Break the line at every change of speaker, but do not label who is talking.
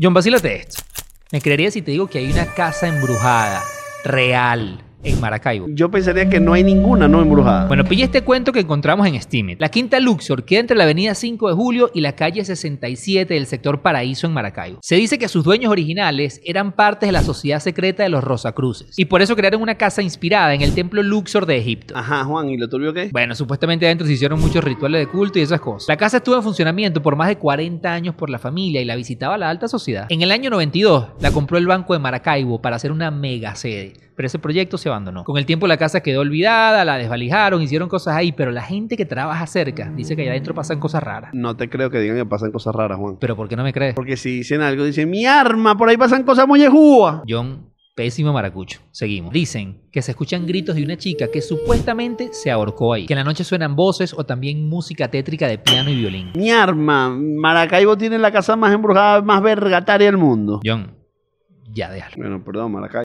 John, vacílate esto. Me creería si te digo que hay una casa embrujada, real, en Maracaibo.
Yo pensaría que no hay ninguna no embrujada.
Bueno, pilla este cuento que encontramos en Steam. La Quinta Luxor queda entre la avenida 5 de Julio y la calle 67 del sector Paraíso en Maracaibo. Se dice que sus dueños originales eran partes de la sociedad secreta de los Rosacruces y por eso crearon una casa inspirada en el templo Luxor de Egipto.
Ajá, Juan, ¿y lo turbio qué?
Bueno, supuestamente adentro se hicieron muchos rituales de culto y esas cosas. La casa estuvo en funcionamiento por más de 40 años por la familia y la visitaba la alta sociedad. En el año 92 la compró el Banco de Maracaibo para hacer una mega sede, pero ese proyecto se abandonó. Con el tiempo la casa quedó olvidada, la desvalijaron, hicieron cosas ahí, pero la gente que trabaja cerca dice que allá adentro pasan cosas raras.
No te creo que digan que pasan cosas raras, Juan.
¿Pero por qué no me crees?
Porque si dicen algo, dicen, mi arma, por ahí pasan cosas mollejúas.
John, pésimo maracucho. Seguimos. Dicen que se escuchan gritos de una chica que supuestamente se ahorcó ahí. Que en la noche suenan voces o también música tétrica de piano y violín.
Mi arma, Maracaibo tiene la casa más embrujada, más vergataria del mundo.
John, ya déjalo.
Bueno, perdón, Maracaibo.